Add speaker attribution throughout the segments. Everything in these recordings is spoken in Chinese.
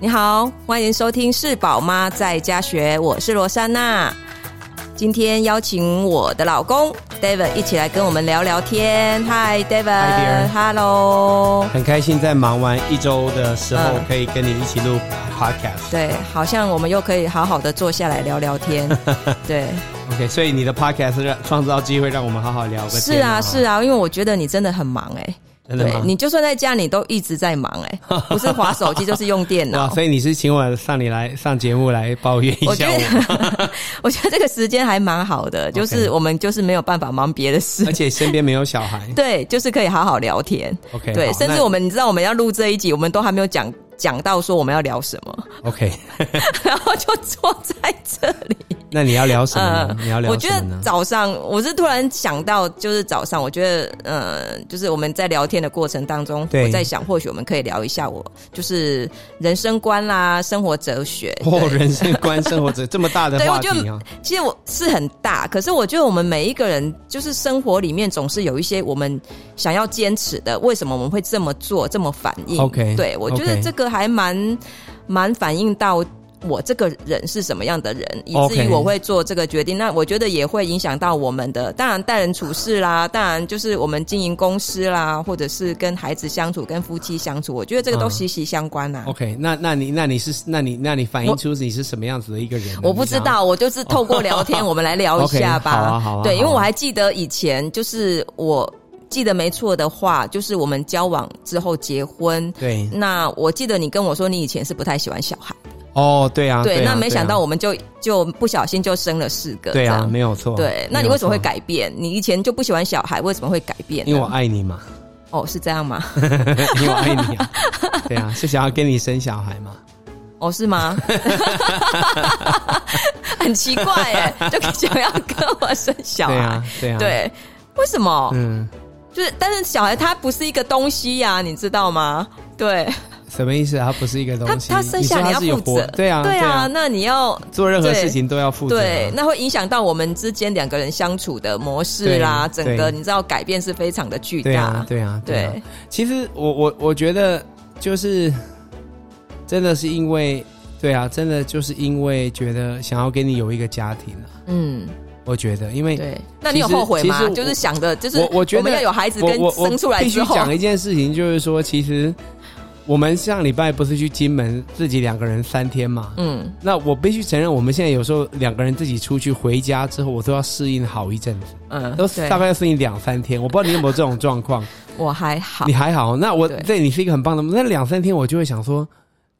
Speaker 1: 你好，欢迎收听《是宝妈在家学》，我是罗珊娜。今天邀请我的老公 David 一起来跟我们聊聊天。Hi
Speaker 2: Hi, dear.
Speaker 1: David，Hello。
Speaker 2: 很开心在忙完一周的时候
Speaker 1: 嗯，
Speaker 2: 可以跟你一起录 podcast。
Speaker 1: 对，好像我们又可以好好的坐下来聊聊 天。对，
Speaker 2: OK，所以你的 podcast 让创造机会，让我们好好聊个天。
Speaker 1: 是啊，是
Speaker 2: 啊，
Speaker 1: 啊，因为我觉得你真的很忙哎、
Speaker 2: 真的
Speaker 1: 对
Speaker 2: 吗？
Speaker 1: 你就算在家，你都一直在忙哎、 不是划手机就是用电
Speaker 2: 哇，
Speaker 1: 脑。
Speaker 2: 所以你是请我上你来上节目来抱怨
Speaker 1: 我
Speaker 2: 一
Speaker 1: 觉
Speaker 2: 下我，
Speaker 1: 得， 我觉得这个时间还蛮好的，就是我们就是没有办法忙别的事
Speaker 2: 而，且身边没有小孩。
Speaker 1: 对，就是可以好好聊天。
Speaker 2: OK，
Speaker 1: 对，
Speaker 2: 好
Speaker 1: 甚至
Speaker 2: 那
Speaker 1: 我们你知道我们要录这一集，我们都还没有讲讲到说我们要聊什么，
Speaker 2: OK，
Speaker 1: 然后就坐在这 里。呃
Speaker 2: 那你要聊什么呢？你要
Speaker 1: 我
Speaker 2: 聊
Speaker 1: 觉
Speaker 2: 什么
Speaker 1: 得
Speaker 2: 呢？
Speaker 1: 早上我是突然想到，就是早上，我觉得呃，就是我们在聊天的过程当中，
Speaker 2: 对
Speaker 1: 我在想，或许我们可以聊一下我就是人生观啦、生活哲学。
Speaker 2: 哦，
Speaker 1: 对
Speaker 2: 人生观、生活者这么大 的
Speaker 1: 对我
Speaker 2: 话
Speaker 1: 就
Speaker 2: 题啊！
Speaker 1: 其实我是很大，可是我觉得我们每一个人就是生活里面总是有一些我们想要坚持的，为什么我们会这么做、这么反应
Speaker 2: OK，
Speaker 1: 对我觉得
Speaker 2: OK
Speaker 1: 这个还蛮蛮反映到。我这个人是什么样的人，以至于
Speaker 2: OK
Speaker 1: 我会做这个决定那我觉得也会影响到我们的，当然待人处事啦，当然就是我们经营公司啦，或者是跟孩子相处、跟夫妻相处，我觉得这个都
Speaker 2: 嗯
Speaker 1: 息息相关啊呐、
Speaker 2: OK，那那你那你是那你那你反映出你是什么样子的一个人呢？
Speaker 1: 我不知
Speaker 2: 你想要。
Speaker 1: 道，我就是透过聊天，我们来聊一下
Speaker 2: OK，好
Speaker 1: 吧。
Speaker 2: 啊好啊
Speaker 1: 对，
Speaker 2: 好啊
Speaker 1: 因为我还记得以前，就是我记得没错的话，就是我们交往之后结婚。
Speaker 2: 对，
Speaker 1: 那我记得你跟我说，你以前是不太喜欢小孩，
Speaker 2: 哦，对啊，
Speaker 1: 对。
Speaker 2: 啊
Speaker 1: 那没想到
Speaker 2: 我，
Speaker 1: 我们就就不小心就生了四个，
Speaker 2: 对
Speaker 1: 这
Speaker 2: 啊，
Speaker 1: 样
Speaker 2: 没有错。
Speaker 1: 对。那你
Speaker 2: 没有
Speaker 1: 为什么会
Speaker 2: 错？
Speaker 1: 改变？你以前就不喜欢小孩，为什么会改变呢？
Speaker 2: 因为我爱你嘛。
Speaker 1: 哦，是这样吗？
Speaker 2: 因为我爱你啊，对啊，是想要跟你生小孩嘛？
Speaker 1: 哦，是吗？ 很奇怪哎，就想要跟我生小孩，
Speaker 2: 对啊， 对啊，，
Speaker 1: 对为什么？
Speaker 2: 嗯，
Speaker 1: 就是，但是小孩他不是一个东西呀、你知道吗？对
Speaker 2: 什么意思？啊？它不是一个
Speaker 1: 他
Speaker 2: 东，西，
Speaker 1: 他生下
Speaker 2: 你
Speaker 1: 来
Speaker 2: 说它
Speaker 1: 要
Speaker 2: 是有
Speaker 1: 负
Speaker 2: 活
Speaker 1: 责，，
Speaker 2: 对啊，
Speaker 1: 对
Speaker 2: 对
Speaker 1: 啊，
Speaker 2: 啊，
Speaker 1: 那你要
Speaker 2: 做任何事情都要负责啊，
Speaker 1: 对，那会影响到我们之间两个人相处的模式啦，
Speaker 2: 对
Speaker 1: 整个
Speaker 2: 对
Speaker 1: 你知道改变是非常的巨
Speaker 2: 对
Speaker 1: 大
Speaker 2: 啊，，对啊，对啊
Speaker 1: 对。
Speaker 2: 其实我我我觉得就是真的是因为，对啊，真的就是因为觉得想要跟你有一个家庭啊，
Speaker 1: 嗯，
Speaker 2: 我觉得，因为
Speaker 1: 对。那你有后悔
Speaker 2: 哎其
Speaker 1: 吗
Speaker 2: 实？我
Speaker 1: 就是想的，就是
Speaker 2: 我我觉得
Speaker 1: 们要有孩子
Speaker 2: 我
Speaker 1: 跟
Speaker 2: 我我
Speaker 1: 生出来
Speaker 2: 必
Speaker 1: 之
Speaker 2: 须
Speaker 1: 后，
Speaker 2: 讲一件事情，就是说，其实我们上礼拜不是去金门自己两个人三天嘛？
Speaker 1: 嗯，
Speaker 2: 那我必须承认，我们现在有时候两个人自己出去回家之后，我都要适应好一阵子，
Speaker 1: 嗯，
Speaker 2: 呃都
Speaker 1: 对
Speaker 2: 大概要适应两三天。我不知道你有没有这种状况，
Speaker 1: 我还 好
Speaker 2: 你，还好？那我
Speaker 1: 对
Speaker 2: 对你是一个很棒的，那两三天我就会想说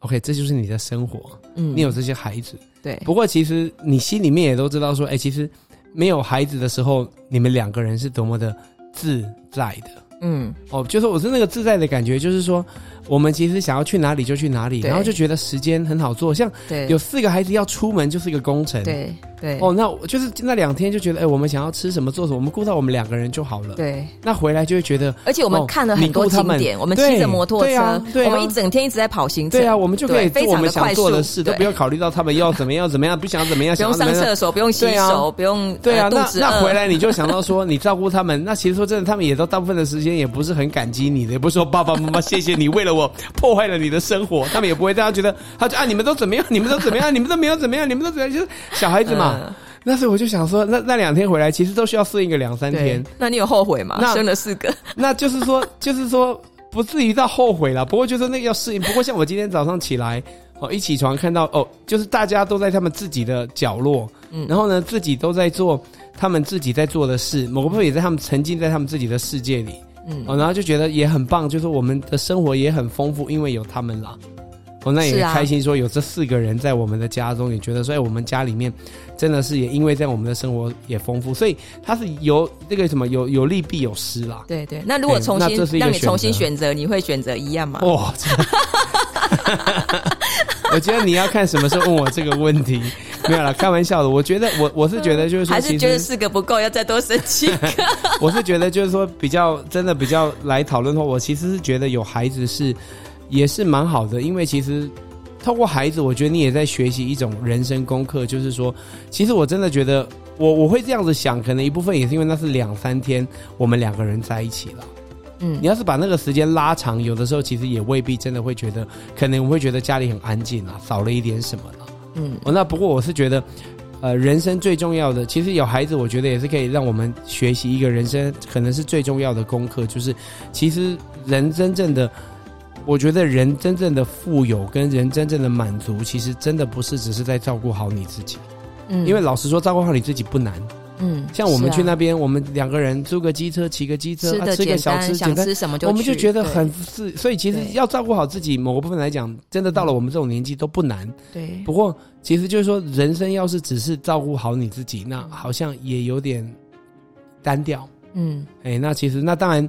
Speaker 2: ，OK，这就是你的生活，
Speaker 1: 嗯
Speaker 2: 你有这些孩子。
Speaker 1: 对
Speaker 2: 不过其实你心里面也都知道说，哎、其实没有孩子的时候，你们两个人是多么的自在的。
Speaker 1: 嗯，
Speaker 2: 哦，就是我是那个自在的感觉，就是说，我们其实想要去哪里就去哪里，
Speaker 1: 对
Speaker 2: 然后就觉得时间很好做，像
Speaker 1: 对，
Speaker 2: 有四个孩子要出门就是一个工程。。
Speaker 1: 对对
Speaker 2: 哦，那我就是那两天就觉得，哎、我们想要吃什么做什么，我们顾到我们两个人就好了。。
Speaker 1: 对。
Speaker 2: 那回来就会觉得，
Speaker 1: 而且我们看了很多景点，
Speaker 2: 哦
Speaker 1: 我们骑着摩托车，
Speaker 2: 对啊对
Speaker 1: 我
Speaker 2: 啊
Speaker 1: 们一整天一直在跑行程，
Speaker 2: 对啊，我们就可以
Speaker 1: 对
Speaker 2: 做
Speaker 1: 非
Speaker 2: 我
Speaker 1: 常
Speaker 2: 们
Speaker 1: 的快
Speaker 2: 想
Speaker 1: 速
Speaker 2: 做的事，都
Speaker 1: 对
Speaker 2: 不要考虑到他们要怎么样怎么样，不想怎么样，
Speaker 1: 不
Speaker 2: 想
Speaker 1: 用
Speaker 2: 要怎
Speaker 1: 上
Speaker 2: 么样。
Speaker 1: 厕所，不用洗
Speaker 2: 对啊
Speaker 1: 手，不用
Speaker 2: 对啊，
Speaker 1: 呃、肚
Speaker 2: 那
Speaker 1: 子
Speaker 2: 那
Speaker 1: 饿，
Speaker 2: 回来你就想到说，你照顾他们，那其实说真的，他们也都大部分的时间也不是很感激你的，也不是说爸爸妈妈谢谢你为了我 破坏了你的生活，他们也不会这样觉得，他就啊你们都怎么样，你们都怎么样，你们都没有怎么样，你们都怎么样，就是小孩子嘛。
Speaker 1: 嗯
Speaker 2: 那时候我就想说，那那两天回来其实都需要适应个两三
Speaker 1: 对
Speaker 2: 天，，
Speaker 1: 那你有后悔吗？
Speaker 2: 那
Speaker 1: 生了四 个，
Speaker 2: 那就是说，就是说不至于到后悔啦。不过就是那个要适应。不过像我今天早上起来，哦，一起床看到哦，就是大家都在他们自己的角落，
Speaker 1: 嗯
Speaker 2: 然后呢，自己都在做他们自己在做的事，某个部分也在他们沉浸在他们自己的世界里，
Speaker 1: 嗯
Speaker 2: 哦，然后就觉得也很棒，就是我们的生活也很丰富，因为有他们啦。哦，那
Speaker 1: 是
Speaker 2: 也
Speaker 1: 啊
Speaker 2: 开心说有这四个人在我们的家中，也觉得说，哎，我们家里面真的是也因为在我们的生活也丰富，所以它是有那个什么有有利必有失啦。
Speaker 1: 对对。那如果重
Speaker 2: 那这是
Speaker 1: 新
Speaker 2: 一个
Speaker 1: 让你重新
Speaker 2: 选
Speaker 1: 选择，你会选择一样吗？
Speaker 2: 哇、这哦 我觉得你要看什么时候问我这个问题，没有啦，开玩笑的。我觉得我我是觉得就是说，
Speaker 1: 还是
Speaker 2: 其
Speaker 1: 觉得
Speaker 2: 实
Speaker 1: 四个不够，要再多生 几个？
Speaker 2: 我是觉得就是说比较真的比较来讨论的话，我其实是觉得有孩子是也是蛮好的，因为其实透过孩子，我觉得你也在学习一种人生功课，就是说，其实我真的觉得我我会这样子想，可能一部分也是因为那是两三天我们两个人在一起了。嗯，你要是把那个时间拉长，有的时候其实也未必真的会觉得，可能我会觉得家里很安静啊，少了一点什么了。嗯，哦，那不过我是觉得，呃，人生最重要的，其实有孩子，我觉得也是可以让我们学习一个人生可能是最重要的功课，就是其实人真正的。我觉得人真正的富有跟人真正的满足，其实真的不是只是在照顾好你自己，
Speaker 1: 嗯
Speaker 2: 因为老实说，照顾好你自己不难。
Speaker 1: 嗯，
Speaker 2: 像我们去
Speaker 1: 是啊
Speaker 2: 那边，我们两个人租个机车，骑个机车，
Speaker 1: 吃
Speaker 2: 啊
Speaker 1: 的
Speaker 2: 吃
Speaker 1: 简
Speaker 2: 个小
Speaker 1: 单，
Speaker 2: 吃，
Speaker 1: 想
Speaker 2: 简单，
Speaker 1: 吃什么就
Speaker 2: 我们就
Speaker 1: 去
Speaker 2: 觉得
Speaker 1: 对
Speaker 2: 很是，所以其实
Speaker 1: 对嗯
Speaker 2: 要照顾好自己，某个部分来讲，真的到了我们这种年纪都不难。
Speaker 1: 对
Speaker 2: 不过，其实就是说，人生要是只是照顾好你自己，那好像也有点单调。
Speaker 1: 嗯
Speaker 2: 哎，那其实那当然，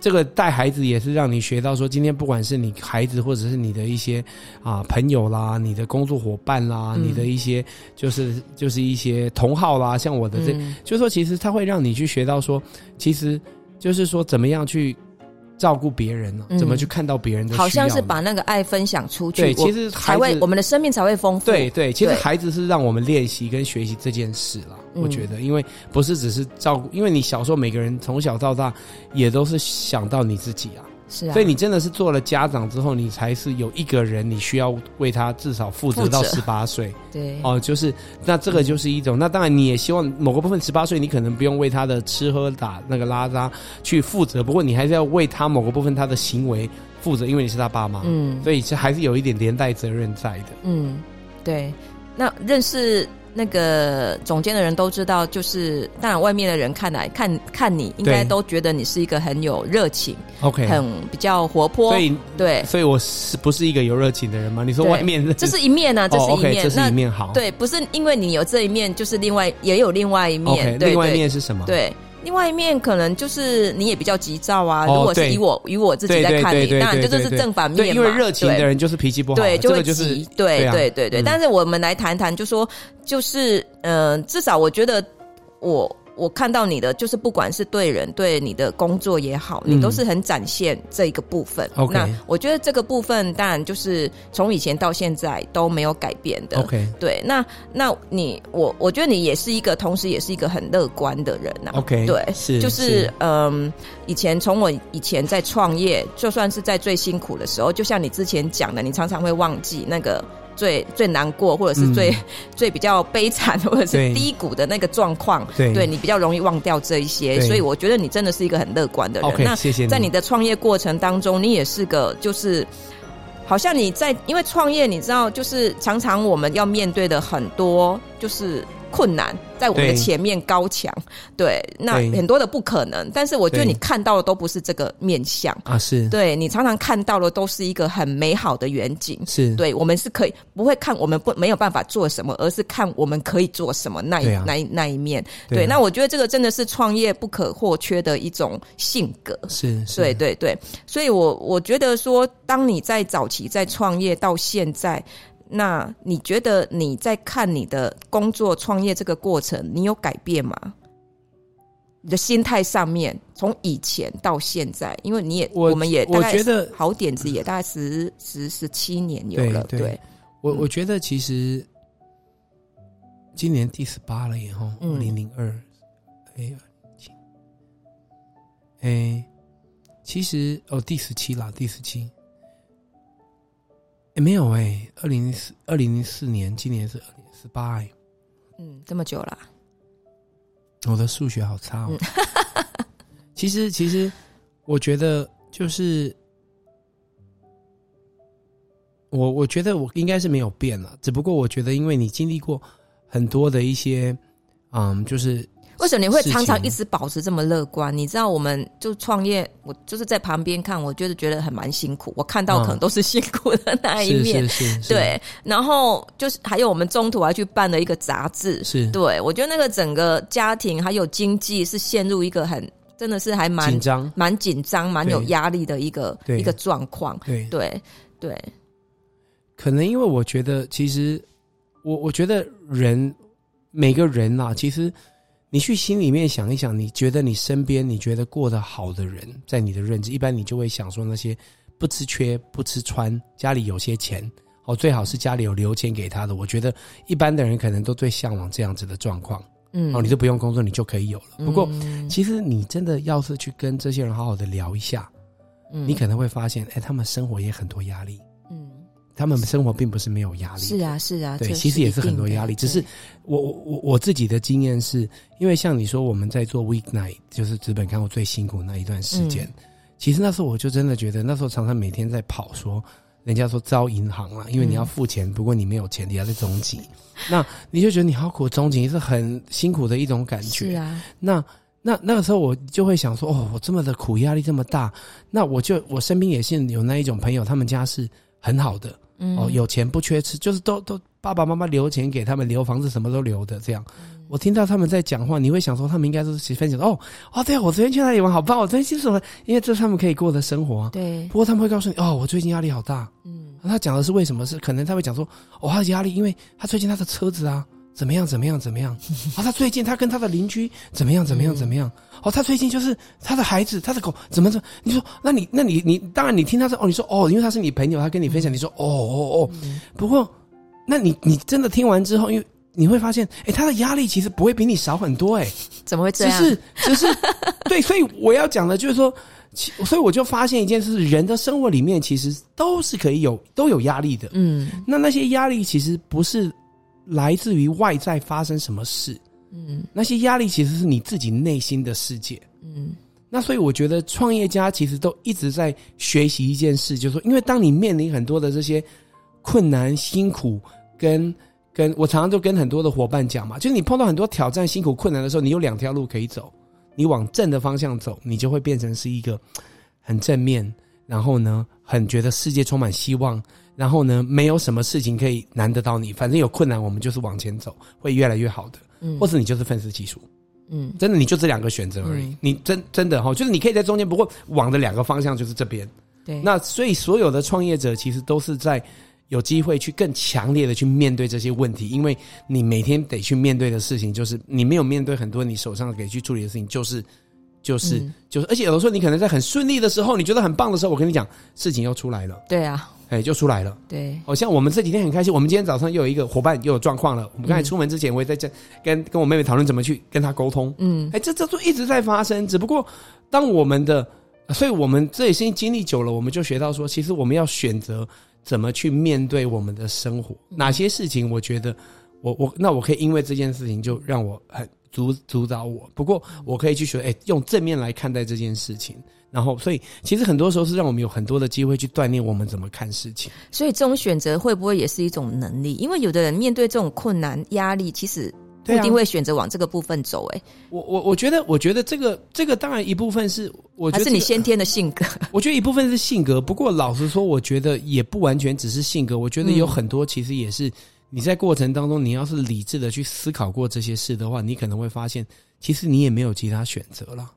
Speaker 2: 这个带孩子也是让你学到说，今天不管是你孩子，或者是你的一些啊朋友啦，你的工作伙伴啦，
Speaker 1: 嗯
Speaker 2: 你的一些就是就是一些同好啦，像我的这，
Speaker 1: 嗯
Speaker 2: 就是说其实它会让你去学到说，其实就是说怎么样去照顾别人呢、
Speaker 1: 嗯
Speaker 2: 怎么去看到别人的需要呢，
Speaker 1: 好像是把那个爱分享出去，
Speaker 2: 对，
Speaker 1: 我
Speaker 2: 其实
Speaker 1: 才
Speaker 2: 孩
Speaker 1: 会
Speaker 2: 子
Speaker 1: 我们的生命才会丰富。
Speaker 2: 对对，其实
Speaker 1: 对
Speaker 2: 孩子是让我们练习跟学习这件事啦。
Speaker 1: 嗯
Speaker 2: 我觉得，因为不是只是照顾，因为你小时候每个人从小到大也都是想到你自己啊，
Speaker 1: 是啊，
Speaker 2: 所以你真的是做了家长之后，你才是有一个人，你需要为他至少负责到
Speaker 1: 负责
Speaker 2: 十八岁
Speaker 1: 对
Speaker 2: 哦。就是那这个就是一种，那当然你也希望某个部分十八岁，你可能不用为他的吃喝打那个拉撒去负责，不过你还是要为他某个部分他的行为负责，因为你是他爸妈，
Speaker 1: 嗯
Speaker 2: 所以这还是有一点连带责任在的。
Speaker 1: 嗯，对。那认识那个总监的人都知道，就是当然外面的人看来看看你，应该
Speaker 2: 对
Speaker 1: 都觉得你是一个很有热情、
Speaker 2: OK，
Speaker 1: 很比较活泼
Speaker 2: 所，以
Speaker 1: 对，
Speaker 2: 所以我是不是一个有热情的人吗？你说
Speaker 1: 对
Speaker 2: 外面的
Speaker 1: 这是一面啊，这是
Speaker 2: 哦
Speaker 1: 一
Speaker 2: ，OK，
Speaker 1: 面。
Speaker 2: 这是一面好，
Speaker 1: 那对，不是因为你有这一面，就是另外也有另外一面
Speaker 2: ，OK，
Speaker 1: 对
Speaker 2: 另外一
Speaker 1: 对
Speaker 2: 面是什么？
Speaker 1: 对，另外一面可能就是你也比较急躁啊。
Speaker 2: 哦
Speaker 1: 如果是
Speaker 2: 对
Speaker 1: 以我以我自己
Speaker 2: 对
Speaker 1: 在
Speaker 2: 对
Speaker 1: 看
Speaker 2: 对
Speaker 1: 你，
Speaker 2: 对
Speaker 1: 当然这
Speaker 2: 对
Speaker 1: 就
Speaker 2: 对
Speaker 1: 是
Speaker 2: 对
Speaker 1: 正反面
Speaker 2: 对，
Speaker 1: 嘛。
Speaker 2: 因为热情的人就是脾气不好，
Speaker 1: 对，
Speaker 2: 这
Speaker 1: 就会
Speaker 2: 个
Speaker 1: 急，
Speaker 2: 就是
Speaker 1: 对
Speaker 2: 对啊
Speaker 1: 对对对
Speaker 2: 嗯
Speaker 1: 但是我们来谈谈，就说就是呃，至少我觉得我我看到你的，就是不管是对人对你的工作也好，
Speaker 2: 嗯
Speaker 1: 你都是很展现这一个部分。
Speaker 2: OK
Speaker 1: 那我觉得这个部分当然就是从以前到现在都没有改变的。
Speaker 2: OK
Speaker 1: 对，那那你我我觉得你也是一个，同时也是一个很乐观的人啊呐、
Speaker 2: OK，
Speaker 1: 对，
Speaker 2: 是嗯
Speaker 1: 就是嗯，以前从我以前在创业，就算是在最辛苦的时候，就像你之前讲的，你常常会忘记那个最最难过，或者是
Speaker 2: 嗯
Speaker 1: 最、最比较悲惨，或者是
Speaker 2: 对
Speaker 1: 低谷的那个状况，
Speaker 2: 对
Speaker 1: 你比较容易忘掉这一些。
Speaker 2: 对
Speaker 1: 所以我觉得你真的是一个很乐观的人。
Speaker 2: OK，
Speaker 1: 呃那
Speaker 2: 谢谢你，
Speaker 1: 在你的创业过程当中，你也是个就是。好像你在，因为创业，你知道，就是常常我们要面对的很多就是困难，在我们的
Speaker 2: 对
Speaker 1: 前面高墙，对，那
Speaker 2: 对
Speaker 1: 很多的不可能。但是我觉得
Speaker 2: 对
Speaker 1: 你看到的都不是这个面相，
Speaker 2: 啊是
Speaker 1: 对你常常看到的都是一个很美好的远景。
Speaker 2: 是
Speaker 1: 对，我们是可以不会看我们不没有办法做什么，而是看我们可以做什么那一、
Speaker 2: 对啊
Speaker 1: 那一那一面。
Speaker 2: 对啊
Speaker 1: 对，那我觉得这个真的是创业不可或缺的一种性格。
Speaker 2: 是是
Speaker 1: 对对对，所以我我觉得说，当你在早期在创业到现在，那你觉得你在看你的工作创业这个过程，你有改变吗？你的心态上面，从以前到现在，因为你也
Speaker 2: 我
Speaker 1: 们也大
Speaker 2: 我
Speaker 1: 概
Speaker 2: 觉得
Speaker 1: 好点子也大概十十十七年有
Speaker 2: 对
Speaker 1: 了，
Speaker 2: 对
Speaker 1: 对，
Speaker 2: 我
Speaker 1: 嗯
Speaker 2: 我觉得其实今年第十八了以后，
Speaker 1: 嗯
Speaker 2: 零零二，哎，七哎，其实哦，第十七啦，第十七，哎，没有哎，二零零四，二零零四年，今年是二零十八哎，
Speaker 1: 嗯，这么久了，
Speaker 2: 我的数学好差哦。
Speaker 1: 嗯
Speaker 2: 其实，其实我觉得就是我，我觉得我应该是没有变了，只不过我觉得，因为你经历过很多的一些，嗯，就是
Speaker 1: 为什么你会
Speaker 2: 事
Speaker 1: 常常
Speaker 2: 情
Speaker 1: 一直保持这么乐观？你知道，我们就创业，我就是在旁边看，我就是觉得很蛮辛苦。我看到
Speaker 2: 嗯
Speaker 1: 可能都是辛苦的那一
Speaker 2: 是
Speaker 1: 面，
Speaker 2: 是是是，
Speaker 1: 对。然后就是还有我们中途还去办了一个杂志，
Speaker 2: 是
Speaker 1: 对我觉得那个整个家庭还有经济是陷入一个很真的是还蛮
Speaker 2: 紧张，
Speaker 1: 蛮紧张、蛮有
Speaker 2: 对
Speaker 1: 压力的一个
Speaker 2: 对
Speaker 1: 一个状况，
Speaker 2: 对，
Speaker 1: 对对，
Speaker 2: 可能因为我觉得，其实我我觉得人每个人呐、其实你去心里面想一想，你觉得你身边你觉得过得好的人，在你的认知，一般你就会想说那些不吃缺、不吃穿，家里有些钱。哦，最好是家里有留钱给他的。我觉得一般的人可能都最向往这样子的状况。
Speaker 1: 嗯，
Speaker 2: 哦，你就不用工作，你就可以有了。不过，
Speaker 1: 嗯
Speaker 2: 其实你真的要是去跟这些人好好的聊一下，
Speaker 1: 嗯
Speaker 2: 你可能会发现，哎，他们生活也很多压力，
Speaker 1: 嗯，
Speaker 2: 他们生活并不是没有压力，
Speaker 1: 是啊是啊，
Speaker 2: 对，
Speaker 1: 这
Speaker 2: 其实也是
Speaker 1: 一定
Speaker 2: 很多
Speaker 1: 的
Speaker 2: 压力，只
Speaker 1: 对
Speaker 2: 是我我我我自己的经验是，因为像你说我们在做 weeknight，就是资本看我最辛苦那一段时间，
Speaker 1: 嗯
Speaker 2: 其实那时候我就真的觉得，那时候常常每天在跑说。人家说招银行啦，因为你
Speaker 1: 嗯
Speaker 2: 要付钱，不过你没有钱，你还在中级，那你就觉得你好苦，中级是很辛苦的一种感觉。
Speaker 1: 是啊，
Speaker 2: 那那那个时候我就会想说，哦，我这么的苦，压力这么大，那我就我身边也是有那一种朋友，他们家是很好的，
Speaker 1: 嗯
Speaker 2: 哦，有钱不缺吃，就是都都爸爸妈妈留钱给他们，留房子什么都留的这样。
Speaker 1: 嗯
Speaker 2: 我听到他们在讲话，你会想说他们应该都是分享哦哦，对，我昨天去那里玩好棒，我昨天去什么？因为这是他们可以过的生活啊。
Speaker 1: 对，
Speaker 2: 不过他们会告诉你哦，我最近压力好大。
Speaker 1: 嗯
Speaker 2: 他讲的是为什么事？可能他会讲说哦，他的压力，因为他最近他的车子啊。怎么样？怎么样？怎么样？啊，他最近他跟他的邻居怎么样？怎么样？怎么样？哦，他最近就是他的孩子，他的狗怎么怎么？你说，那你那你你，当然你听他说哦，你说哦，因为他是你朋友，他跟你分享，你说哦哦哦，
Speaker 1: 嗯
Speaker 2: 不过，那你你真的听完之后，因为你会发现，哎、他的压力其实不会比你少很多、哎，
Speaker 1: 怎么会这
Speaker 2: 只
Speaker 1: 样？
Speaker 2: 是只是对，所以我要讲的就是说，其所以我就发现一件事，人的生活里面其实都是可以有都有压力的。
Speaker 1: 嗯
Speaker 2: 那那些压力其实不是来自于外在发生什么事，
Speaker 1: 嗯
Speaker 2: 那些压力其实是你自己内心的世界。
Speaker 1: 嗯
Speaker 2: 那所以我觉得创业家其实都一直在学习一件事，就是说，因为当你面临很多的这些困难、辛苦跟跟我常常就跟很多的伙伴讲嘛，就是你碰到很多挑战、辛苦、困难的时候，你有两条路可以走，你往正的方向走，你就会变成是一个很正面，然后呢，很觉得世界充满希望，然后呢，没有什么事情可以难得到你，反正有困难我们就是往前走，会越来越好的，
Speaker 1: 嗯，
Speaker 2: 或是你就是愤世嫉俗。
Speaker 1: 嗯
Speaker 2: 真的，你就这两个选择而已。
Speaker 1: 嗯
Speaker 2: 你真真的哈、就是你可以在中间，不过往的两个方向就是这边。
Speaker 1: 对，
Speaker 2: 那所以所有的创业者其实都是在有机会去更强烈的去面对这些问题，因为你每天得去面对的事情，就是你没有面对很多你手上给去处理的事情，就是就是、
Speaker 1: 嗯
Speaker 2: 就是，而且有的时候你可能在很顺利的时候，你觉得很棒的时候，我跟你讲，事情又出来了，
Speaker 1: 对啊，
Speaker 2: 哎，就出来了。
Speaker 1: 对，
Speaker 2: 哦，像我们这几天很开心，我们今天早上又有一个伙伴又有状况了。我们刚才
Speaker 1: 嗯
Speaker 2: 出门之前，我也在这跟跟我妹妹讨论怎么去跟她沟通。
Speaker 1: 嗯
Speaker 2: 哎，这这都一直在发生，只不过当我们的，所以我们这也是经历久了，我们就学到说，其实我们要选择怎么去面对我们的生活，哪些事情我觉得我我那我可以因为这件事情就让我很阻阻挡我，不过我可以去学，哎，用正面来看待这件事情。然后，所以其实很多时候是让我们有很多的机会去锻炼我们怎么看事情。
Speaker 1: 所以这种选择会不会也是一种能力？因为有的人面对这种困难、压力，其实不
Speaker 2: 对
Speaker 1: 一
Speaker 2: 啊
Speaker 1: 定会选择往这个部分走、哎、
Speaker 2: 我我我觉得，我觉得这个这个当然一部分是，我
Speaker 1: 还
Speaker 2: 觉得
Speaker 1: 是你
Speaker 2: 这个
Speaker 1: 先天的性格。
Speaker 2: 我觉得一部分是性格，不过老实说，我觉得也不完全只是性格。我觉得
Speaker 1: 嗯
Speaker 2: 有很多其实也是你在过程当中，你要是理智的去思考过这些事的话，你可能会发现，其实你也没有其他选择了。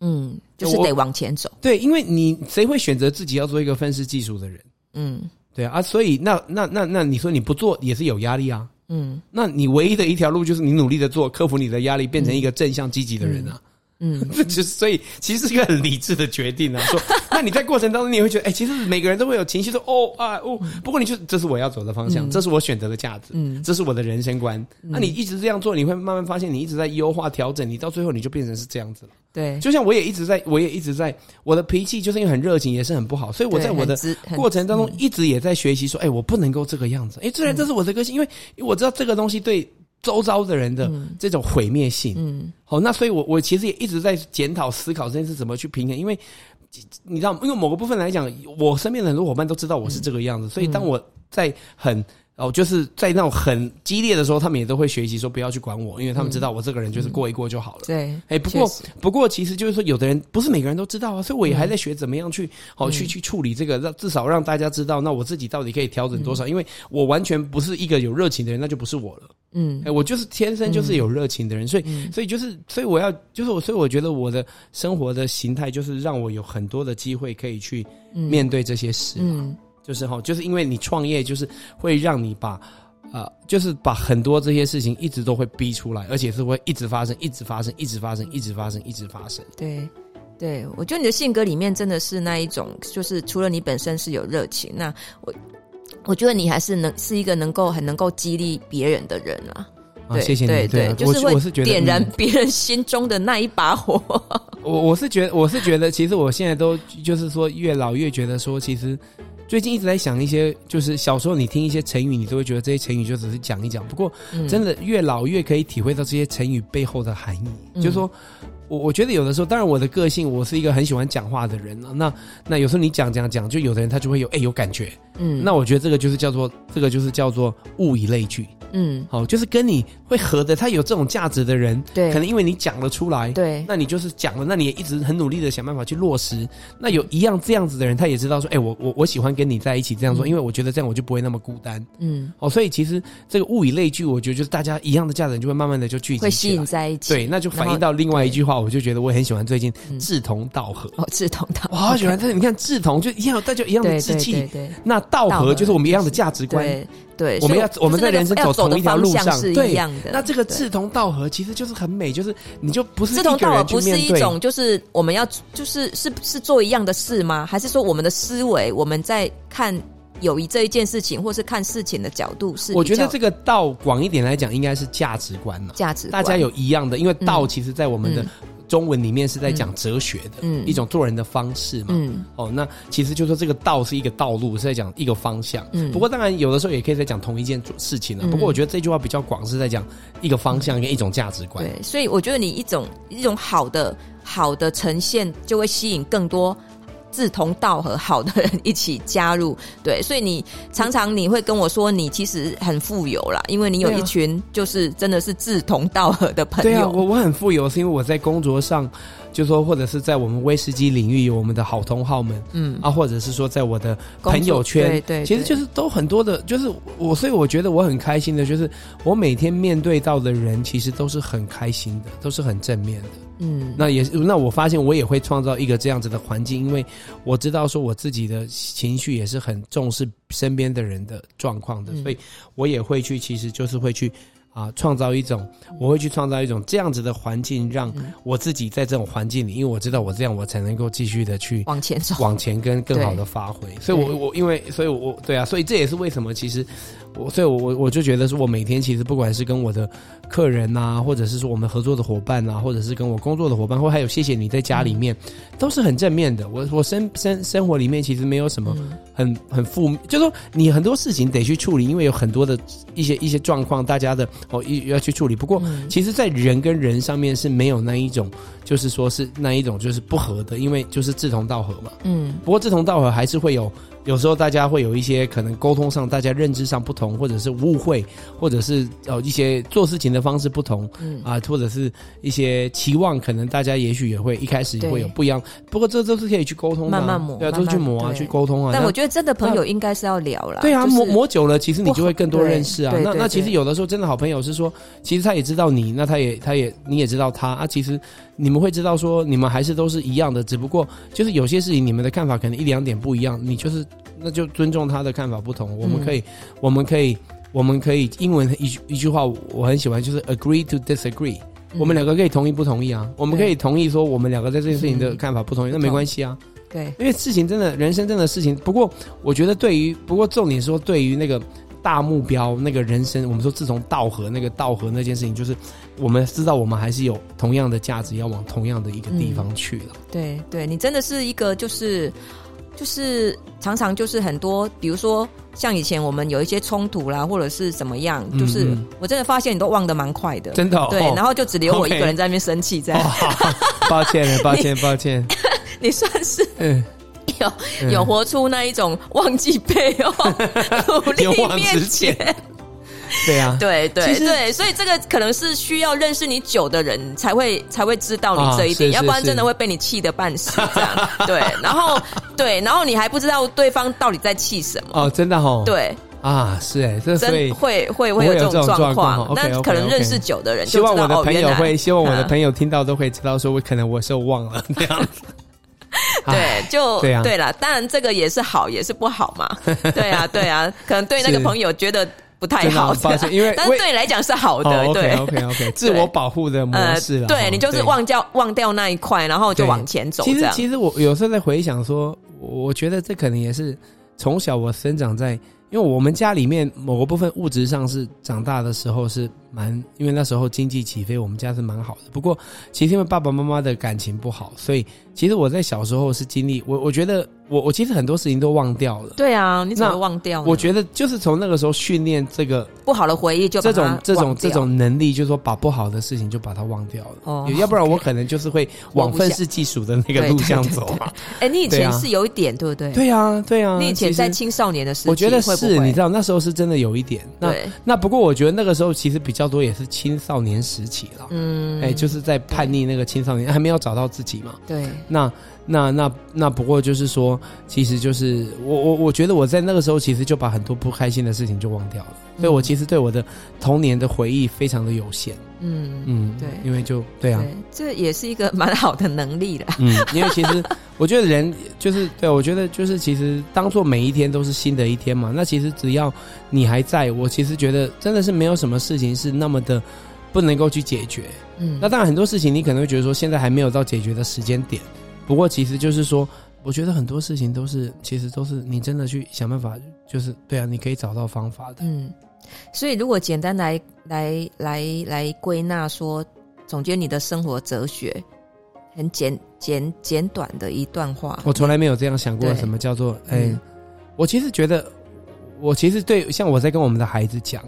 Speaker 1: 嗯，就是
Speaker 2: 我
Speaker 1: 得往前走。
Speaker 2: 对，因为你谁会选择自己要做一个分尸技术的人？
Speaker 1: 嗯
Speaker 2: 对啊，啊所以那那那那你说你不做也是有压力啊。
Speaker 1: 嗯
Speaker 2: 那你唯一的一条路就是你努力的做，克服你的压力，变成一个正向积极的人啊。
Speaker 1: 嗯，
Speaker 2: 就是所以其实是一个很理智的决 定啊。说，那你在过程当中，你也会觉得，哎、其实每个人都会有情绪，说哦啊哦。不过你就这是我要走的方向，这是我选择的价值，
Speaker 1: 嗯
Speaker 2: 这是我的人生观。那、你一直这样做，你会慢慢发现，你一直在优化调整，你到最后你就变成是这样子了。
Speaker 1: 对，
Speaker 2: 就像我也一直在，我也一直在，我的脾气就是因为很热情，也是很不好，所以我在
Speaker 1: 对
Speaker 2: 我的
Speaker 1: 很直很嗯
Speaker 2: 过程当中一直也在学习，说，哎、我不能够这个样子。哎、虽然这是我的个性，因为我知道这个东西对周遭的人的这种毁灭性，
Speaker 1: 嗯
Speaker 2: 好，那所以我我其实也一直在检讨思考这件事怎么去平衡，因为你知道，因为某个部分来讲，我身边的很多伙伴都知道我是这个样
Speaker 1: 嗯
Speaker 2: 子，所以当我在很哦，就是在那种很激烈的时候，他们也都会学习说不要去管我，因为他们知道我这个人就是过一过就好了。
Speaker 1: 对。
Speaker 2: 哎、不过
Speaker 1: 嗯确实
Speaker 2: 不过，其实就是说，有的人不是每个人都知道啊，所以我也
Speaker 1: 嗯
Speaker 2: 还在学怎么样去好、去去处理这个，让至少让大家知道，那我自己到底可以调整多少？因为我完全不是一个有热情的人，那就不是我了。
Speaker 1: 嗯
Speaker 2: 哎、我就是天生就是有热情的人，所以、所以就是，所以我要就是我，所以我觉得我的生活的形态就是让我有很多的机会可以去
Speaker 1: 嗯
Speaker 2: 面对这些事，
Speaker 1: 嗯
Speaker 2: 就是哈，就是因为你创业，就是会让你把。啊、就是把很多这些事情一直都会逼出来，而且是会一直发生，一直发生，一直发生，一直发生，一直发生。
Speaker 1: 对，对，我觉得你的性格里面真的是那一种，就是除了你本身是有热情，那我我觉得你还是能是一个能够很能够激励别人的人啊。
Speaker 2: 啊，
Speaker 1: 对，
Speaker 2: 谢谢你。
Speaker 1: 对对，
Speaker 2: 啊
Speaker 1: 就
Speaker 2: 我
Speaker 1: 是
Speaker 2: 我
Speaker 1: 会
Speaker 2: 是觉得
Speaker 1: 点燃
Speaker 2: 嗯
Speaker 1: 别人心中的那一把火。
Speaker 2: 我我是觉得，我是觉得，其实我现在都就是说，越老越觉得说，其实最近一直在想一些，就是小时候你听一些成语，你都会觉得这些成语就只是讲一讲。不过
Speaker 1: 嗯
Speaker 2: 真的越老越可以体会到这些成语背后的含义，
Speaker 1: 嗯
Speaker 2: 就是说。我我觉得有的时候，当然我的个性，我是一个很喜欢讲话的人啊。那那有时候你讲讲讲，就有的人他就会有哎、有感觉。
Speaker 1: 嗯
Speaker 2: 那我觉得这个就是叫做这个就是叫做物以类聚，
Speaker 1: 嗯
Speaker 2: 好，就是跟你会合的，他有这种价值的人，
Speaker 1: 对
Speaker 2: 可能因为你讲了出来，
Speaker 1: 对
Speaker 2: 那你就是讲了，那你也一直很努力的想办法去落实。那有一样这样子的人，他也知道说，哎、我我我喜欢跟你在一起这样做，
Speaker 1: 嗯
Speaker 2: 因为我觉得这样我就不会那么孤单。
Speaker 1: 嗯
Speaker 2: 哦，所以其实这个物以类聚，我觉得就是大家一样的价值，就会慢慢的就聚集起来
Speaker 1: 会吸引。在一起
Speaker 2: 对，那就反
Speaker 1: 然后
Speaker 2: 映到另外一句话，我就觉得我很喜欢最近
Speaker 1: 嗯
Speaker 2: 志同道合。
Speaker 1: 哦志同 道
Speaker 2: 我好喜欢这，你看志同就一样，大家有一样的
Speaker 1: 对
Speaker 2: 志
Speaker 1: 对
Speaker 2: 气。
Speaker 1: 对对
Speaker 2: 那道
Speaker 1: 道
Speaker 2: 合
Speaker 1: 合
Speaker 2: 就是我们一样的价值观。
Speaker 1: 对对，
Speaker 2: 我
Speaker 1: 所
Speaker 2: 们
Speaker 1: 以
Speaker 2: 要我们
Speaker 1: 就是那个
Speaker 2: 在人生
Speaker 1: 要
Speaker 2: 走
Speaker 1: 走
Speaker 2: 同
Speaker 1: 的
Speaker 2: 一条路
Speaker 1: 方向
Speaker 2: 上
Speaker 1: 是
Speaker 2: 对
Speaker 1: 一样的。
Speaker 2: 那这个
Speaker 1: 对
Speaker 2: 志同道合其实就是很美，就是你就不是
Speaker 1: 志
Speaker 2: 一
Speaker 1: 同
Speaker 2: 个
Speaker 1: 道合
Speaker 2: 人去
Speaker 1: 不是
Speaker 2: 面
Speaker 1: 一
Speaker 2: 对
Speaker 1: 种，就是我们要就是是是做一样的事吗？还是说我们的思维，我们在看友谊这一件事情，或是看事情的角度是
Speaker 2: 我觉得
Speaker 1: 比较
Speaker 2: 这个道广一点来讲，应该是价值观呐、
Speaker 1: 价值
Speaker 2: 大
Speaker 1: 观
Speaker 2: 家有一样的，因为道
Speaker 1: 嗯
Speaker 2: 其实在我们的
Speaker 1: 嗯
Speaker 2: 中文里面是在讲哲学的，
Speaker 1: 嗯
Speaker 2: 一种做人的方式嘛。
Speaker 1: 嗯
Speaker 2: 哦，那其实就说这个道是一个道路，是在讲一个方向。
Speaker 1: 嗯
Speaker 2: 不过当然有的时候也可以在讲同一件事情啊。
Speaker 1: 嗯
Speaker 2: 不过我觉得这句话比较广，是在讲一个方向跟一种价值观。
Speaker 1: 对，所以我觉得你一种一种好的好的呈现，就会吸引更多。志同道合好的人一起加入， 对，所以你常常你会跟我说，你其实很富有啦，因为你有
Speaker 2: 对啊
Speaker 1: 一群就是真的是志同道合的朋
Speaker 2: 对
Speaker 1: 友，
Speaker 2: 啊，我我很富有，是因为我在工作上，就说或者是在我们威士忌领域有我们的好同好们，
Speaker 1: 嗯
Speaker 2: 啊，或者是说在我的
Speaker 1: 工作
Speaker 2: 朋友圈，
Speaker 1: 对对
Speaker 2: 其实
Speaker 1: 对
Speaker 2: 就是都很多的，就是我，所以我觉得我很开心的，就是我每天面对到的人，其实都是很开心的，都是很正面的。
Speaker 1: 嗯
Speaker 2: 那也是，那我发现我也会创造一个这样子的环境，因为我知道说我自己的情绪也是很重视身边的人的状况的，
Speaker 1: 嗯
Speaker 2: 所以我也会去，其实就是会去啊、创造一种，我会去创造一种这样子的环境，让
Speaker 1: 嗯
Speaker 2: 我自己在这种环境里，因为我知道我这样，我才能够继续的去
Speaker 1: 往前走，
Speaker 2: 往前跟更好的发挥。所以我，我因为，所以我我对啊，所以这也是为什么其实我，所以我我我就觉得说，我每天其实不管是跟我的客人呐、或者是说我们合作的伙伴呐、或者是跟我工作的伙伴，或还有谢谢你在家里面，
Speaker 1: 嗯
Speaker 2: 都是很正面的。我我生生生活里面其实没有什么
Speaker 1: 嗯
Speaker 2: 很很负面，就说你很多事情得去处理，因为有很多的一些一些状况，大家的哦一要去处理。不过，
Speaker 1: 嗯
Speaker 2: 其实，在人跟人上面是没有那一种，就是说是那一种就是不合的，因为就是志同道合嘛。
Speaker 1: 嗯
Speaker 2: 不过志同道合还是会有，有时候大家会有一些可能沟通上、大家认知上不同，或者是误会，或者是呃一些做事情的方式不同
Speaker 1: 嗯
Speaker 2: 啊、或者是一些期望，可能大家也许也会一开始也会有
Speaker 1: 对
Speaker 2: 不一样。不过这都是可以去沟通的啊、
Speaker 1: 慢慢磨
Speaker 2: 对啊，
Speaker 1: 慢
Speaker 2: 都
Speaker 1: 慢
Speaker 2: 去磨啊，
Speaker 1: 对
Speaker 2: 去沟通啊。
Speaker 1: 但
Speaker 2: 那
Speaker 1: 我觉得真的朋友应该是要聊啦，
Speaker 2: 对啊，
Speaker 1: 就是
Speaker 2: 磨磨久了，其实你就会更多
Speaker 1: 不好对
Speaker 2: 认识啊。
Speaker 1: 对
Speaker 2: 那
Speaker 1: 对对
Speaker 2: 那其实有的时候真的好朋友是说，其实他也知道你，那他也他也你也知道他啊。其实你们会知道说，你们还是都是一样的，只不过就是有些事情你们的看法可能一两点不一样，你就是那就尊重他的看法不同。我们
Speaker 1: 嗯
Speaker 2: 可以，我们可以，我们可以英文一句一句话我很喜欢，就是 agree to disagree。
Speaker 1: 嗯
Speaker 2: 我们两个可以同意不同意啊？我们可以同意说我们两个在这件事情的
Speaker 1: 嗯
Speaker 2: 看法不同意，那没关系啊。
Speaker 1: 对
Speaker 2: 因为事情真的，人生真的事情。不过，我觉得对于不过重点说，对于那个大目标，那个人生，我们说志同道合那个道合那件事情，就是我们知道我们还是有同样的价值，要往同样的一个地方去了。
Speaker 1: 对对，你真的是一个就是就是常常就是很多，比如说像以前我们有一些冲突啦，或者是怎么样，
Speaker 2: 嗯
Speaker 1: 就是
Speaker 2: 嗯
Speaker 1: 我真的发现你都忘得蛮快的，
Speaker 2: 真的、哦，
Speaker 1: 对，然
Speaker 2: 后。
Speaker 1: 后就只留我一
Speaker 2: OK
Speaker 1: 个人在那边生气，这
Speaker 2: 哦，
Speaker 1: 样、
Speaker 2: 好好抱歉了，抱歉，抱歉。
Speaker 1: 你算是
Speaker 2: 嗯，
Speaker 1: 有、
Speaker 2: 嗯
Speaker 1: 有活出那一种忘记背 后努力
Speaker 2: 勇往
Speaker 1: 面
Speaker 2: 直前
Speaker 1: 前。
Speaker 2: 对啊，
Speaker 1: 对
Speaker 2: 其
Speaker 1: 对
Speaker 2: 实
Speaker 1: 对，所以这个可能是需要认识你久的人才会才会知道
Speaker 2: 啊
Speaker 1: 你这一点，
Speaker 2: 是是
Speaker 1: 要不然
Speaker 2: 是
Speaker 1: 真的会被你气得半死这样。对，然后对，然后你还不知道对方到底在气什么。
Speaker 2: 哦，真的哦，
Speaker 1: 对，
Speaker 2: 啊，是哎，这所以
Speaker 1: 真会会会
Speaker 2: 我
Speaker 1: 有
Speaker 2: 有
Speaker 1: 这
Speaker 2: 这种状
Speaker 1: 状
Speaker 2: 况
Speaker 1: 况。那
Speaker 2: OK，OK，
Speaker 1: 可能
Speaker 2: OK
Speaker 1: 认识久的人
Speaker 2: 希
Speaker 1: 就
Speaker 2: 望
Speaker 1: 知道
Speaker 2: 我的
Speaker 1: 哦，
Speaker 2: 朋
Speaker 1: 原
Speaker 2: 友
Speaker 1: 来
Speaker 2: 会，希望我的
Speaker 1: 嗯
Speaker 2: 朋友听到都会知道，说我可能我是忘了这样子。哎，
Speaker 1: 对，就
Speaker 2: 对啊
Speaker 1: 啦。当然这个也是好，也是不好 嘛。对啊，对啊，可能对那个
Speaker 2: 是
Speaker 1: 朋友觉得不太
Speaker 2: 真的哦
Speaker 1: 好，
Speaker 2: 抱歉
Speaker 1: 这样
Speaker 2: 因为
Speaker 1: 但
Speaker 2: 为
Speaker 1: 是对你来讲是好
Speaker 2: 哦
Speaker 1: 的，对。
Speaker 2: ，OK，OK，OK，、自 我保护的模式了。
Speaker 1: 呃对
Speaker 2: 哈
Speaker 1: 你就是。忘掉忘掉那一块，然后就
Speaker 2: 对
Speaker 1: 往前走
Speaker 2: 其
Speaker 1: 这
Speaker 2: 实
Speaker 1: 样。
Speaker 2: 其实我有时候在回想说，我我觉得这可能也是从小我生长在，因因为我们家里面某个部分物质上是长大的时候是蛮，因为那时候经济起飞，我们家是蛮好的。不过其实因为爸爸妈妈的感情不好，所以其实我在小时候是经历我，我觉得我我其实很多事情都忘掉了。
Speaker 1: 对啊，你怎么
Speaker 2: 那
Speaker 1: 忘掉呢？
Speaker 2: 我觉得就是从那个时候训练这个
Speaker 1: 不好的回忆就把
Speaker 2: 这
Speaker 1: 它
Speaker 2: 种这
Speaker 1: 忘
Speaker 2: 种
Speaker 1: 掉
Speaker 2: 这种能力，就是说把不好的事情就把它忘掉了。
Speaker 1: 哦
Speaker 2: 要 不然我可能就是会
Speaker 1: 活
Speaker 2: 往
Speaker 1: 不下
Speaker 2: 愤世嫉俗的那个
Speaker 1: 对
Speaker 2: 路
Speaker 1: 对
Speaker 2: 向
Speaker 1: 对
Speaker 2: 走嘛。
Speaker 1: 哎、你以
Speaker 2: 对
Speaker 1: 前
Speaker 2: 啊
Speaker 1: 是有一点，对不对？
Speaker 2: 对啊，对啊。
Speaker 1: 你以前在
Speaker 2: 其实
Speaker 1: 青少年的时期，
Speaker 2: 我觉得
Speaker 1: 会不
Speaker 2: 是，
Speaker 1: 会
Speaker 2: 你知道那时候是真的有一点。那
Speaker 1: 对，
Speaker 2: 那不过我觉得那个时候其实比较多也是青少年时期了，
Speaker 1: 嗯，
Speaker 2: 哎、就是在叛逆那个青少年，还没有找到自己嘛。
Speaker 1: 对，
Speaker 2: 那那那那不过就是说，其实就是我我我觉得我在那个时候其实就把很多不开心的事情就忘掉了，所以我其实对我的童年的回忆非常的有限。
Speaker 1: 嗯，
Speaker 2: 嗯，
Speaker 1: 对
Speaker 2: 因为就对啊，
Speaker 1: 对，这也是一个蛮好的能力 啦。
Speaker 2: 嗯，因为其实我觉得人就是对，啊我觉得就是其实当做每一天都是新的一天嘛。那其实只要你还在，我其实觉得真的是没有什么事情是那么的不能够去解决。
Speaker 1: 嗯，
Speaker 2: 那当然很多事情你可能会觉得说现在还没有到解决的时间点，不过其实就是说，我觉得很多事情都是其实都是你真的去想办法，就是对啊，你可以找到方法的。
Speaker 1: 嗯，所以如果简单来来来来归纳说，总结你的生活哲学，很简简简短的一段话，
Speaker 2: 我从来没有这样想过
Speaker 1: 啊对
Speaker 2: 什么叫做哎、
Speaker 1: 嗯
Speaker 2: 我其实觉得，我其实对像我在跟我们的孩子讲，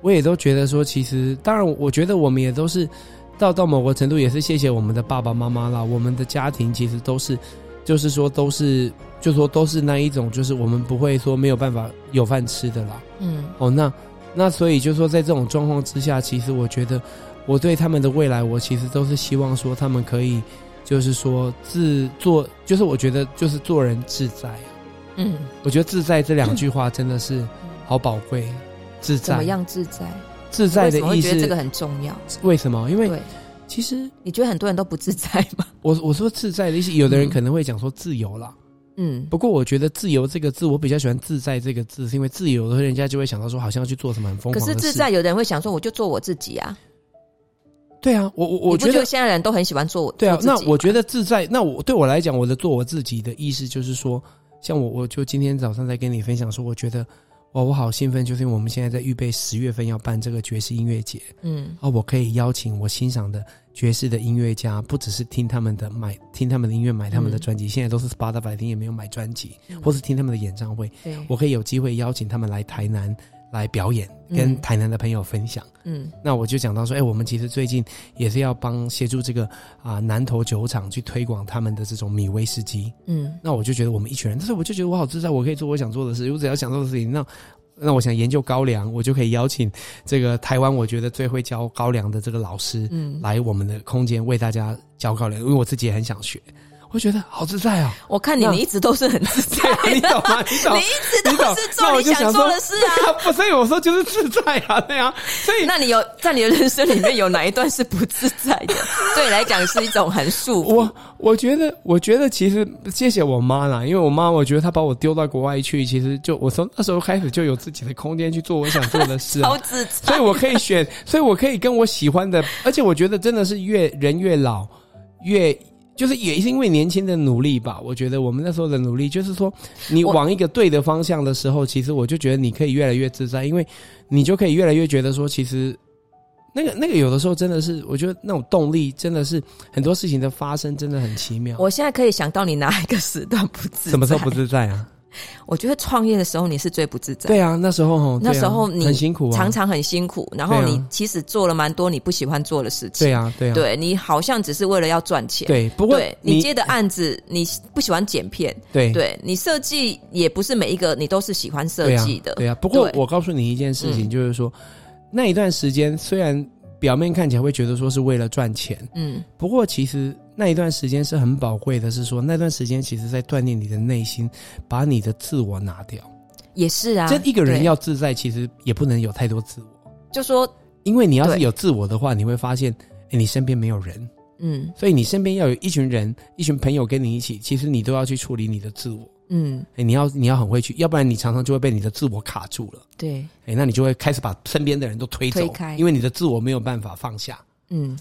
Speaker 2: 我也都觉得说，其实当然，我觉得我们也都是到到某个程度，也是谢谢我们的爸爸妈妈啦，我们的家庭其实都是，就是说都是，就说都是那一种，就是我们不会说没有办法有饭吃的啦。
Speaker 1: 嗯
Speaker 2: 哦，那那所以就说，在这种状况之下，其实我觉得我对他们的未来，我其实都是希望说他们可以，就是说自做，就是我觉得就是做人自在。啊
Speaker 1: 嗯，
Speaker 2: 我觉得自在这两句话真的是好宝贵。自
Speaker 1: 怎
Speaker 2: 在
Speaker 1: 么，样自在？
Speaker 2: 自在
Speaker 1: 为
Speaker 2: 的
Speaker 1: 什么会
Speaker 2: 意
Speaker 1: 觉得这个
Speaker 2: 思
Speaker 1: 很重要？
Speaker 2: 为什么？因为
Speaker 1: 对，
Speaker 2: 其实
Speaker 1: 你觉得很多人都不自在 吗？
Speaker 2: 我我说自在的意思，有的人
Speaker 1: 嗯
Speaker 2: 可能会讲说自由啦。
Speaker 1: 嗯，
Speaker 2: 不过我觉得自由这个字，我比较喜欢自在这个字，是因为自由的时候人家就会想到说好像要去做什么很疯
Speaker 1: 可
Speaker 2: 狂的
Speaker 1: 是
Speaker 2: 事。
Speaker 1: 自在，有的人会想说，我就做我自己啊。
Speaker 2: 对啊，我我我
Speaker 1: 你不
Speaker 2: 觉得
Speaker 1: 现在人都很喜欢做我
Speaker 2: 对啊，
Speaker 1: 做自
Speaker 2: 那
Speaker 1: 己
Speaker 2: 我觉得自在，那我对我来讲，我的做我自己的意思就是说，像我，我就今天早上在跟你分享说，我觉得哇，我好兴奋，就是因为我们现在在预备十月份要办这个爵士音乐节
Speaker 1: 嗯
Speaker 2: 啊，我可以邀请我欣赏的爵士的音乐家，不只是听他们的买听他们的音乐，买他们的
Speaker 1: 嗯
Speaker 2: 专辑，现在都是 Spotify 听也没有买专辑，或是听他们的演唱会，
Speaker 1: 对
Speaker 2: 我可以有机会邀请他们来台南来表演，跟
Speaker 1: 嗯
Speaker 2: 台南的朋友分享。
Speaker 1: 嗯
Speaker 2: 那我就讲到说，哎、我们其实最近也是要帮协助这个啊、南投酒厂去推广他们的这种米威士忌。
Speaker 1: 嗯
Speaker 2: 那我就觉得我们一群人，但是我就觉得我好自在，我可以做我想做的事，我只要想做的事情，那。那我想研究高粱，我就可以邀请这个台湾我觉得最会教高粱的这个老师
Speaker 1: 嗯，
Speaker 2: 来我们的空间为大家教高粱，因为我自己也很想学，我觉得好自 在哦。
Speaker 1: 我看你
Speaker 2: 那
Speaker 1: 你一直都是很自在
Speaker 2: 对啊，你懂吗？你懂
Speaker 1: 你？一直
Speaker 2: 你懂
Speaker 1: 都是？
Speaker 2: 那
Speaker 1: 做
Speaker 2: 我
Speaker 1: 你
Speaker 2: 就想
Speaker 1: 做
Speaker 2: 说
Speaker 1: 的事啊。
Speaker 2: 对啊， 不，所以我说就是自在啊，对啊，所以
Speaker 1: 那你有在你的人生里面有哪一段是不自在的？ 对你来讲是一种很束缚。
Speaker 2: 我我觉得，我觉得其实谢谢我妈啦，因为我妈，我觉得她把我丢到国外去，其实就我从那时候开始就有自己的空间去做我想做的 事、啊
Speaker 1: 超，自在，
Speaker 2: 所以我可以 选，所以我可以跟我喜欢的，而且我觉得真的是越人越老，越就是也是因为年轻的努力吧。我觉得我们那时候的努力，就是说你
Speaker 1: 我
Speaker 2: 往一个对的方向的时候，其实我就觉得你可以越来越自在，因为你就可以越来越觉得说，其实那个那个有的时候真的是，我觉得那种动力真的是很多事情的发生真的很奇妙。
Speaker 1: 我现在可以想到你哪一个时段不自在？
Speaker 2: 什么时候不？自在啊？
Speaker 1: 我觉得创业的时候你是最不自在。
Speaker 2: 对啊，那时候吼
Speaker 1: 那时候
Speaker 2: 对啊
Speaker 1: 你
Speaker 2: 很辛苦啊，
Speaker 1: 常常很辛苦，然后
Speaker 2: 对啊
Speaker 1: 你其实做了蛮多你不喜欢做的事情。
Speaker 2: 对啊，对啊，
Speaker 1: 对你好像只是为了要赚钱。
Speaker 2: 对。不过
Speaker 1: 对你接的案子，你不喜欢剪片，
Speaker 2: 对
Speaker 1: 对你设计也不是每一个你都是喜欢设计的，
Speaker 2: 对啊，对啊。不过
Speaker 1: 对
Speaker 2: 我告诉你一件事情，
Speaker 1: 嗯
Speaker 2: 就是说、那一段时间虽然表面看起来会觉得说是为了赚钱，
Speaker 1: 嗯
Speaker 2: 不过其实那一段时间是很宝贵的，是说那段时间其实在锻炼你的内心，把你的自我拿掉。
Speaker 1: 也是啊。
Speaker 2: 这一个人
Speaker 1: 对
Speaker 2: 要自在，其实也不能有太多自我，
Speaker 1: 就说，
Speaker 2: 因为你要是
Speaker 1: 对
Speaker 2: 有自我的话，你会发现。哎诶你身边没有人，
Speaker 1: 嗯
Speaker 2: 所以你身边要有一群人、一群朋友跟你一起，其实你都要去处理你的自我。
Speaker 1: 嗯，
Speaker 2: 诶你要你要很会去，要不然你常常就会被你的自我卡住了。
Speaker 1: 对，
Speaker 2: 哎，那你就会开始把身边的人都推走，
Speaker 1: 推开
Speaker 2: 因为你的自我没有办法放下。
Speaker 1: 嗯，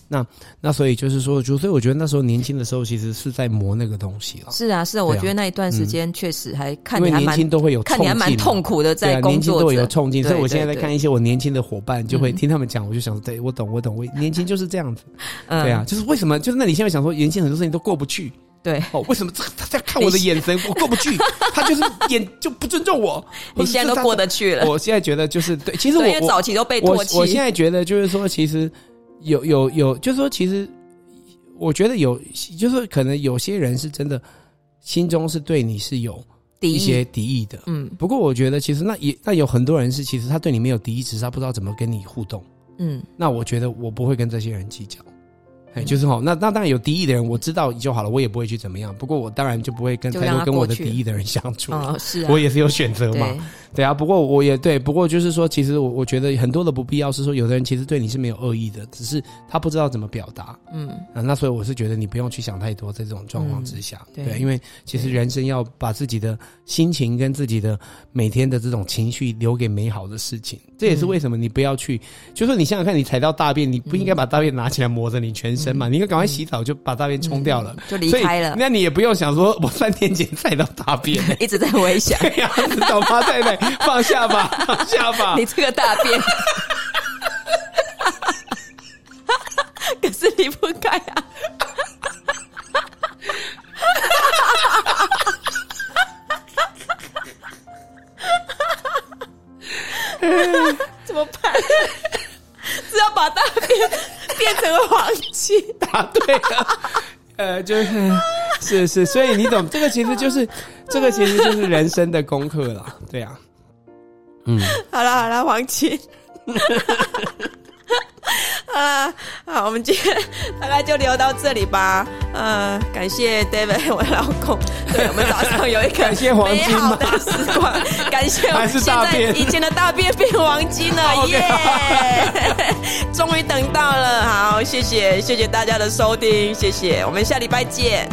Speaker 2: 那所以就是说，就所以我觉得那时候年轻的时候，其实是在磨那个东西了。
Speaker 1: 是啊，是啊，我
Speaker 2: 对啊
Speaker 1: 觉得那一段时间确实还看
Speaker 2: 因
Speaker 1: 你
Speaker 2: 为
Speaker 1: 还
Speaker 2: 年
Speaker 1: 蛮
Speaker 2: 轻都会有
Speaker 1: 看你还蛮
Speaker 2: 劲嘛
Speaker 1: 痛苦的，
Speaker 2: 对啊
Speaker 1: 在工
Speaker 2: 年轻
Speaker 1: 作
Speaker 2: 都
Speaker 1: 者。
Speaker 2: 会有冲劲，所以
Speaker 1: 对
Speaker 2: 我现在
Speaker 1: 对
Speaker 2: 在
Speaker 1: 对
Speaker 2: 看一些我年轻的伙伴，就会
Speaker 1: 嗯
Speaker 2: 听他们讲，我就想，对我懂，我懂，我年轻就是这样子，
Speaker 1: 嗯
Speaker 2: 对啊，，就是为什么，就是那你现在想说，年轻很多事情都过不去，
Speaker 1: 对，
Speaker 2: 哦，为什么这个他在看我的眼神，我过不去，他就是眼就不尊重我，或
Speaker 1: 你
Speaker 2: 者是
Speaker 1: 现在
Speaker 2: 他
Speaker 1: 都过得去了，
Speaker 2: 我现在觉得就是对，其实
Speaker 1: 对因为
Speaker 2: 我
Speaker 1: 早期都被
Speaker 2: 我
Speaker 1: 唾
Speaker 2: 我我现
Speaker 1: 弃。
Speaker 2: 在觉得就是说，其实有有有，就是说，其实我觉得有，就是说可能有些人是真的心中是对你是有
Speaker 1: 敌
Speaker 2: 一
Speaker 1: 意
Speaker 2: 些敌意的，
Speaker 1: 嗯
Speaker 2: 不过我觉得其实那也那有很多人是其实他对你没有敌意，只是他不知道怎么跟你互动。
Speaker 1: 嗯，
Speaker 2: 那我觉得我不会跟这些人计较。哎，就是哈，那那当然有敌意的人，我知道就好了，我也不会去怎么样。不过我当然就不会跟
Speaker 1: 就
Speaker 2: 太
Speaker 1: 让
Speaker 2: 多
Speaker 1: 他
Speaker 2: 跟我
Speaker 1: 过
Speaker 2: 的
Speaker 1: 去
Speaker 2: 敌意的人相处了。
Speaker 1: 哦，是啊
Speaker 2: 我，也是有选择嘛，
Speaker 1: 对，
Speaker 2: 对啊。不过我也对，不过就是说，其实我我觉得很多的不必要是说，有的人其实对你是没有恶意的，只是他不知道怎么表达。
Speaker 1: 嗯，
Speaker 2: 啊，那所以我是觉得你不用去想太多，在这种状况之下，
Speaker 1: 对
Speaker 2: 对，因为其实
Speaker 1: 对
Speaker 2: 人生要把自己的心情跟自己的每天的这种情绪留给美好的事情，这也是
Speaker 1: 嗯
Speaker 2: 为什么你不要去，就说你想想看，你踩到大便，你不应该把大便拿起来磨着你全身嘛，你应该赶快洗澡就把大便冲掉了，
Speaker 1: 嗯就离
Speaker 2: 所以
Speaker 1: 开了，
Speaker 2: 那你也不用想说我三天前踩到大便。
Speaker 1: 一直在回想
Speaker 2: 对呀、你懂吗？对不对？放下 吧，放下吧。
Speaker 1: 你这个大 便。可是离不开 啊！怎么办？是要把大便变成黄金？
Speaker 2: 答对了， 呃，就是是是，所以你懂，这个其实就是这个其实就是人生的功课啦，对啊，嗯，
Speaker 1: 好了好了，黄金。 好啦，好，我们今天大概就聊到这里吧。呃，感谢 David，我的老公，对我们早上有一个
Speaker 2: 感谢黄金
Speaker 1: 美
Speaker 2: 吗
Speaker 1: 好的时光，感谢我
Speaker 2: 还
Speaker 1: 们
Speaker 2: 是
Speaker 1: 现
Speaker 2: 大
Speaker 1: 在
Speaker 2: 便
Speaker 1: 以前的大便变黄金 了，耶终于等到了，好，谢谢谢谢大家的收听，谢谢，我们下礼拜见，